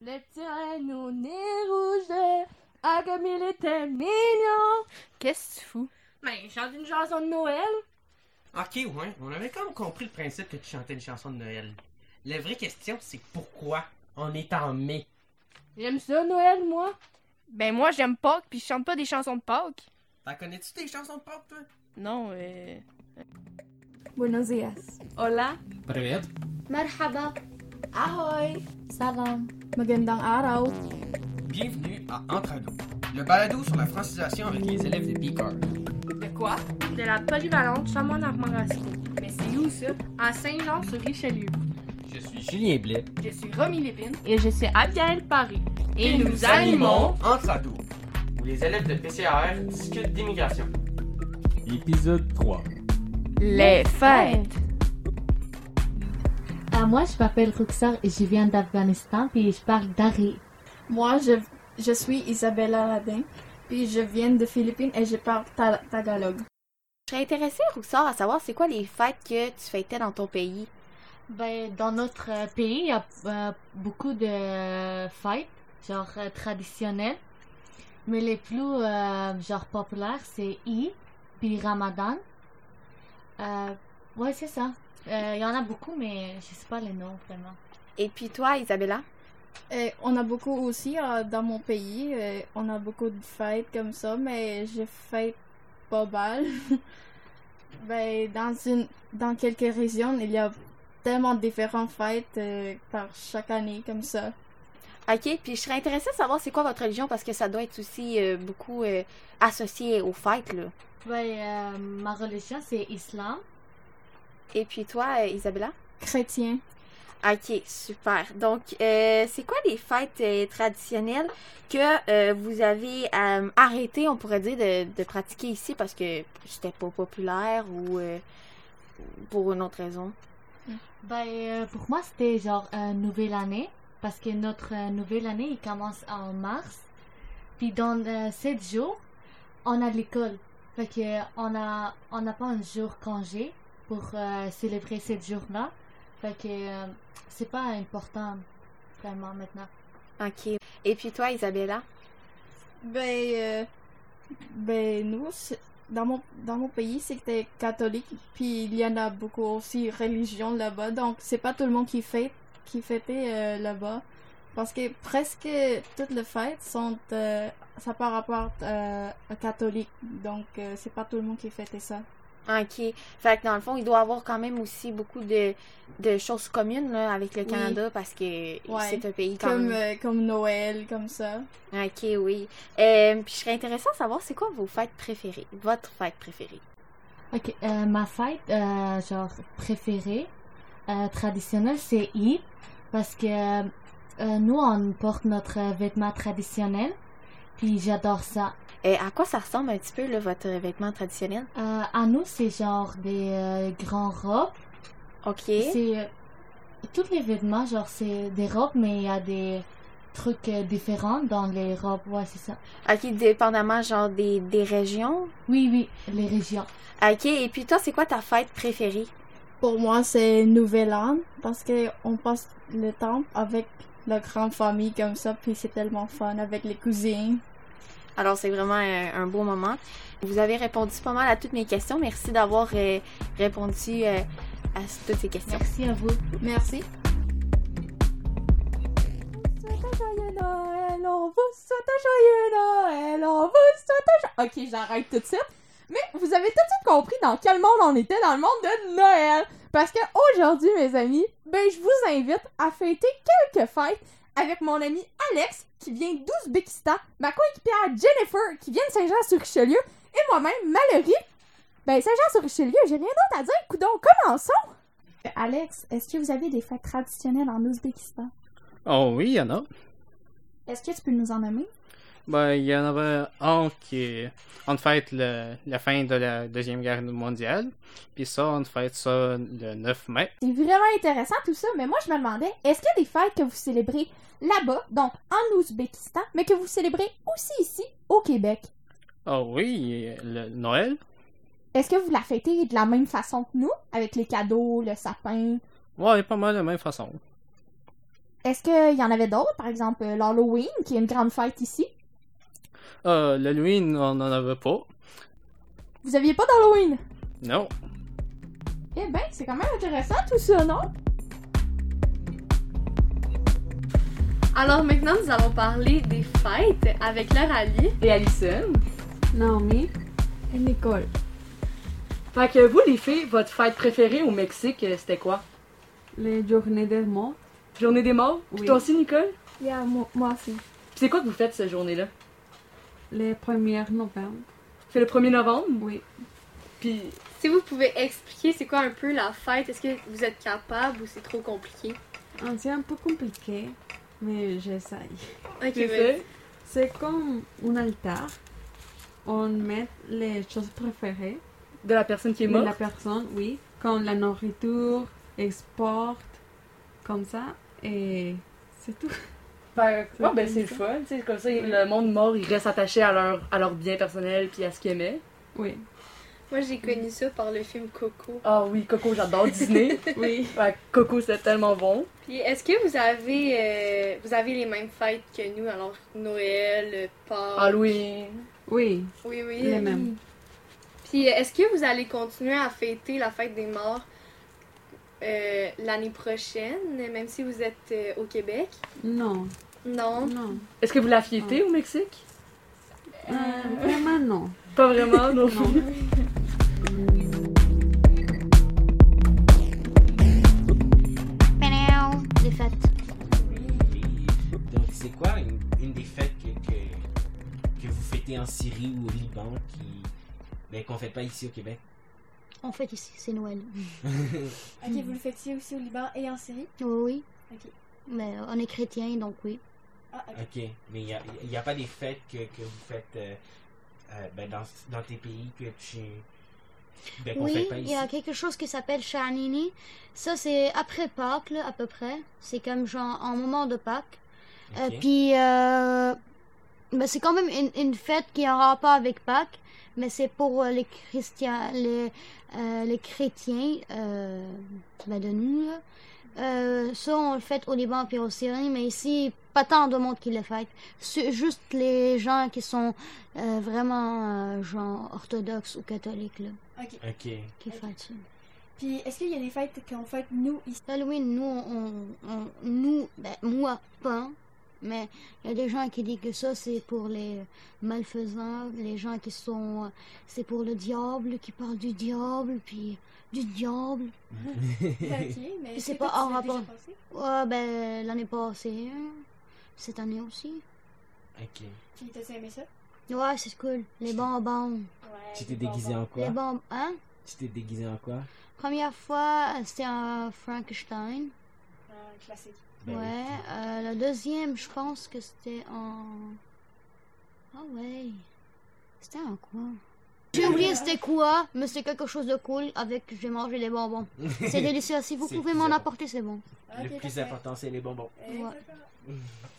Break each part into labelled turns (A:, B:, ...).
A: Le terrain, on est rouge. Ah, comme il était mignon.
B: Qu'est-ce que tu fous?
A: Ben, chante une chanson de Noël.
C: Ok, ouais, on avait comme compris le principe que tu chantais une chanson de Noël. La vraie question, c'est pourquoi on est en mai.
A: J'aime ça, Noël, moi.
B: Ben moi j'aime Pâques puis je chante pas des chansons de Pâques.
C: T'en connais-tu des chansons de Pâques, toi?
B: Non, euh...
D: Buenos días.
A: Hola.
E: Привет.
D: Marhaba.
A: Ahoy.
D: Salam. Magandang araw.
C: Bienvenue à Entre nous, le balado sur la francisation avec les élèves de Picard.
A: De quoi? De la polyvalente chamois Armorasco. Mais c'est où ça? À Saint-Jean-sur-Richelieu.
C: Je suis Julien Blais.
A: Je suis Romy Lépine. Et je suis Abigail Paris. Et, nous animons.
C: Entre nous, où les élèves de PCAR discutent d'immigration.
E: Épisode 3.
B: Les fêtes!
F: Ah, moi, je m'appelle Ruxar et je viens d'Afghanistan puis je parle dari.
D: Moi, je, je suis Isabella Ladin, puis je viens de Philippines et je parle ta- tagalog.
G: Je serais intéressée, Roussard, à savoir c'est quoi les fêtes que tu fêtais dans ton pays.
F: Ben, dans notre euh, pays, il y a euh, beaucoup de euh, fêtes, genre euh, traditionnelles. Mais les plus, euh, genre, populaires, c'est I, puis Ramadan. Euh, ouais, c'est ça. Euh, Il y en a beaucoup, mais je sais pas les noms, vraiment.
G: Et puis toi, Isabella?
D: Et on a beaucoup aussi euh, dans mon pays, euh, on a beaucoup de fêtes comme ça, mais je fête pas mal. ben, dans, une, dans quelques régions, il y a tellement de différentes fêtes euh, par chaque année comme ça.
G: OK, puis je serais intéressée à savoir c'est quoi votre religion parce que ça doit être aussi euh, beaucoup euh, associé aux fêtes, là.
F: Ouais, euh, ma religion, c'est Islam.
G: Et puis toi, euh, Isabella?
D: Chrétien.
G: OK, super. Donc, euh, c'est quoi les fêtes euh, traditionnelles que euh, vous avez euh, arrêté, on pourrait dire, de, de pratiquer ici parce que c'était pas populaire ou euh, pour une autre raison?
F: Ben, euh, pour moi, c'était genre euh, nouvelle année, parce que notre euh, nouvelle année, il commence en mars. Puis dans euh, sept jours, on a l'école. Fait que euh, on a on n'a pas un jour congé pour euh, célébrer cette jour-là. Fait que euh, c'est pas important vraiment maintenant.
G: OK. Et puis toi, Isabella?
D: Ben, euh, ben nous, c'est- dans mon, dans mon pays, c'était catholique, puis il y en a beaucoup aussi religion là-bas, donc c'est pas tout le monde qui fête, qui fêtait euh, là-bas, parce que presque toutes les fêtes sont, euh, ça part rapport euh, à catholique, donc euh, c'est pas tout le monde qui fêtait ça.
G: OK. Fait que dans le fond, il doit y avoir quand même aussi beaucoup de, de choses communes là, avec le
D: Oui.
G: Canada parce que
D: Ouais.
G: c'est un pays quand
D: Comme, euh,
G: même.
D: comme Noël, comme ça.
G: OK, oui. Euh, puis je serais intéressant à savoir c'est quoi vos fêtes préférées, votre fête préférée.
F: Ok, euh, ma fête, euh, genre préférée, euh, traditionnelle, c'est Eid, parce que euh, nous, on porte notre euh, vêtement traditionnel, puis j'adore ça.
G: Euh, à quoi ça ressemble un petit peu là, votre vêtement traditionnel?
F: Euh, à nous, c'est genre des euh, grands robes.
G: OK.
F: C'est euh, tous les vêtements, genre c'est des robes, mais il y a des trucs euh, différents dans les robes. Ouais, c'est ça.
G: OK, dépendamment genre des, des régions.
F: Oui, oui, les régions.
G: OK. Et puis toi, c'est quoi ta fête préférée?
D: Pour moi, c'est Nouvel An, parce que on passe le temps avec la grande famille comme ça, puis c'est tellement fun avec les cousines.
G: Alors, c'est vraiment un, un beau moment. Vous avez répondu pas mal à toutes mes questions. Merci d'avoir euh, répondu euh, à toutes ces questions.
F: Merci à vous.
D: Merci.
A: Joyeux Noël, on vous souhaite un joyeux Noël, on vous souhaite un joyeux... Ok, j'arrête tout de suite. Mais vous avez tout de suite compris dans quel monde on était dans le monde de Noël. Parce que aujourd'hui, mes amis, ben je vous invite à fêter quelques fêtes avec mon ami Alex qui vient d'Ouzbékistan, ma coéquipière Jennifer qui vient de Saint-Jean-sur-Richelieu et moi-même Mallory. Ben Saint-Jean-sur-Richelieu, j'ai rien d'autre à dire. Coudon, commençons.
H: Alex, est-ce que vous avez des fêtes traditionnelles en Ouzbékistan?
I: Oh oui, il y en a.
H: Est-ce que tu peux nous en nommer?
I: Ben, il y en avait un qui. On fête le- la fin de la Deuxième Guerre mondiale. Puis ça, on fête ça le 9 mai.
H: C'est vraiment intéressant tout ça, mais moi je me demandais, est-ce qu'il y a des fêtes que vous célébrez là-bas, donc en Ouzbékistan, mais que vous célébrez aussi ici, au Québec?
I: Oh oui, le Noël.
H: Est-ce que vous la fêtez de la même façon que nous, avec les cadeaux, le sapin?
I: Ouais, pas mal de la même façon.
J: Est-ce qu'il y en avait d'autres, par exemple euh, l'Halloween, qui est une grande fête ici?
I: Euh, L'Halloween, on n'en avait pas.
J: Vous aviez pas d'Halloween?
I: Non.
J: Eh ben, c'est quand même intéressant tout ça, non?
A: Alors maintenant, nous allons parler des fêtes avec leur allié.
K: Et Alison?
L: Naomi.
M: Et Nicole.
A: Fait que vous, les filles, votre fête préférée au Mexique, euh, c'était quoi?
L: Les journées des morts.
A: Journée des morts? Puis
L: Oui.
A: toi aussi, Nicole?
M: Yeah, moi, moi aussi.
A: Puis c'est quoi que vous faites cette journée-là?
L: Le 1er novembre.
A: C'est le 1er novembre?
L: Oui.
A: Puis
G: Si vous pouvez expliquer c'est quoi un peu la fête, est-ce que vous êtes capable ou c'est trop compliqué?
L: Ah, C'est un peu compliqué, mais j'essaye.
G: Ok,
A: c'est
G: vas-y.
A: ça?
L: C'est comme un altar. On met les choses préférées
A: De la personne qui est
L: de la
A: morte?
L: personne, oui. Comme la nourriture, les sports, comme ça. Et c'est tout.
A: Ben, ouais, ben c'est le fun, tu sais, comme ça, le monde mort, il reste attaché à leur, à leur bien personnel puis à ce qu'ils aimaient.
L: Oui.
G: Moi, j'ai connu ça par le film Coco.
A: Ah oui, Coco, j'adore Disney.
L: Oui.
A: Ouais, Coco, c'est tellement bon.
G: Puis, est-ce que vous avez, euh, vous avez les mêmes fêtes que nous? Alors, Noël, euh, Pâques.
A: Halloween.
L: Oui,
G: Oui, oui.
L: les mêmes.
G: Puis, euh, est-ce que vous allez continuer à fêter la fête des morts euh, l'année prochaine, même si vous êtes euh, au Québec?
L: Non,
G: Non.
L: non.
A: Est-ce que vous la fêtez au Mexique?
L: Euh, vraiment non.
A: Pas vraiment, non.
H: Les fêtes.
C: Donc, c'est quoi une, une des fêtes que, que, que vous fêtez en Syrie ou au Liban qui ben, qu'on fait pas ici au Québec?
H: On fait ici, c'est Noël.
D: Ok, vous le fêtiez aussi au Liban et en Syrie?
H: Oui, oui.
D: Ok.
H: Mais on est chrétien, donc oui.
D: Ah, ok.
C: ok, mais il n'y a, y a pas des fêtes que, que vous faites euh, euh, ben, dans, dans tes pays que tu. Ben, qu'on
H: Oui,
C: fait pas
H: il
C: ici.
H: y a quelque chose qui s'appelle Chanini. Ça, c'est après Pâques, là, à peu près. C'est comme genre en moment de Pâques. Euh,
C: Ok.
H: puis, euh, ben, c'est quand même une, une fête qui a un rapport avec Pâques, mais c'est pour euh, les, chrétiens, les, euh, les chrétiens euh, ben, de nous. là. Euh, ça, on le fait au Liban puis en Syrie, mais ici, pas tant de monde qui le fait. C'est Juste les gens qui sont euh, vraiment euh, genre orthodoxes ou catholiques là,
D: Ok.
C: Ok.
H: qui fêtent ça.
D: Puis est-ce qu'il y a des fêtes qu'on fête nous ici?
H: Halloween, nous, on, on- nous, ben, moi, pas. Mais il y a des gens qui disent que ça, c'est pour les malfaisants, les gens qui sont. euh, C'est pour le diable, qui parlent du diable, puis du diable.
D: ok, mais.
H: C'est
D: est-ce que
H: pas
D: toi, tu
H: en
D: l'as déjà
H: rapport.
D: passé?
H: Ouais, ben, l'année passée, hein, cette année aussi.
C: Ok.
D: Puis t'as aimé ça?
H: Ouais, c'est cool. Les bonbons.
D: Ouais.
C: Tu t'es déguisé en quoi
H: Les bonbons, hein?
C: Tu t'es déguisé en quoi
H: Première fois, euh, c'était un Frankenstein.
D: Un classique.
C: Ben oui.
H: ouais. euh, la deuxième, je pense que c'était en. Ah ouais. C'était en quoi J'ai oublié c'était quoi, mais c'était quelque chose de cool avec j'ai mangé des bonbons. C'est délicieux. Si vous
C: C'est
H: pouvez
C: plus
H: m'en
C: important.
H: apporter, c'est bon.
C: Le
D: Ok,
C: plus
D: parfait.
C: important, c'est les bonbons.
D: Eh,
H: Ouais.
D: d'accord.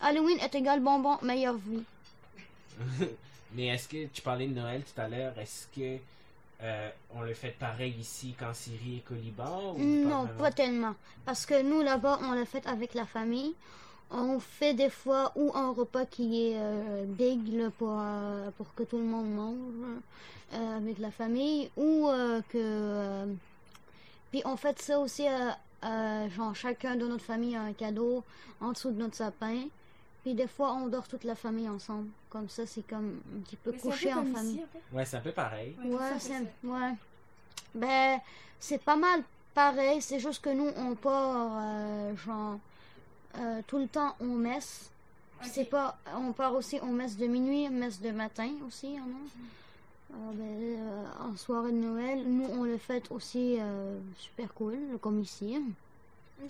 H: Halloween est égal bonbon, meilleure vie.
C: Mais est-ce que tu parlais de Noël tout à l'heure Est-ce que euh, on le fait pareil ici qu'en Syrie et qu'au Liban ou
H: Non,
C: vraiment?
H: pas tellement. Parce que nous, là-bas, on le fait avec la famille. On fait des fois ou un repas qui est euh, big là, pour, euh, pour que tout le monde mange euh, avec la famille. Ou euh, que. euh, Puis on fait ça aussi, euh, euh, genre chacun de notre famille a un cadeau en dessous de notre sapin. Puis des fois, on dort toute la famille ensemble. Comme ça, c'est comme un petit peu
D: Mais c'est un peu
H: couché en
D: comme
H: famille.
D: ici, en fait.
C: Ouais, c'est un peu pareil.
D: Ouais,
H: Ouais,
D: comme ça,
H: c'est
D: comme ça.
H: ouais. Ben, c'est pas mal pareil, c'est juste que nous, on part, euh, genre, euh, tout le temps en messe. Puis C'est
D: Ok.
H: pas, on part aussi en messe de minuit, messe de matin aussi, hein,
D: Mhm.
H: non? Euh, ben, euh, en soirée de Noël, nous, on le fait aussi euh, super cool, comme ici. hein.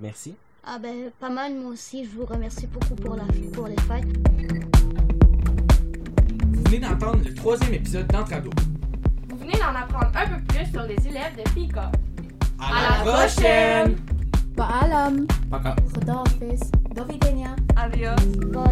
C: Merci.
H: Ah ben, pas mal, moi aussi, je vous remercie beaucoup pour, la, pour les fêtes.
C: Vous venez d'entendre le troisième épisode d'Entrado.
N: Vous venez d'en apprendre un peu plus sur les élèves de PICA.
C: À,
N: la prochaine!
C: Пока.
D: Rodolphe. Dovidenia.
N: Adios.
H: Bye!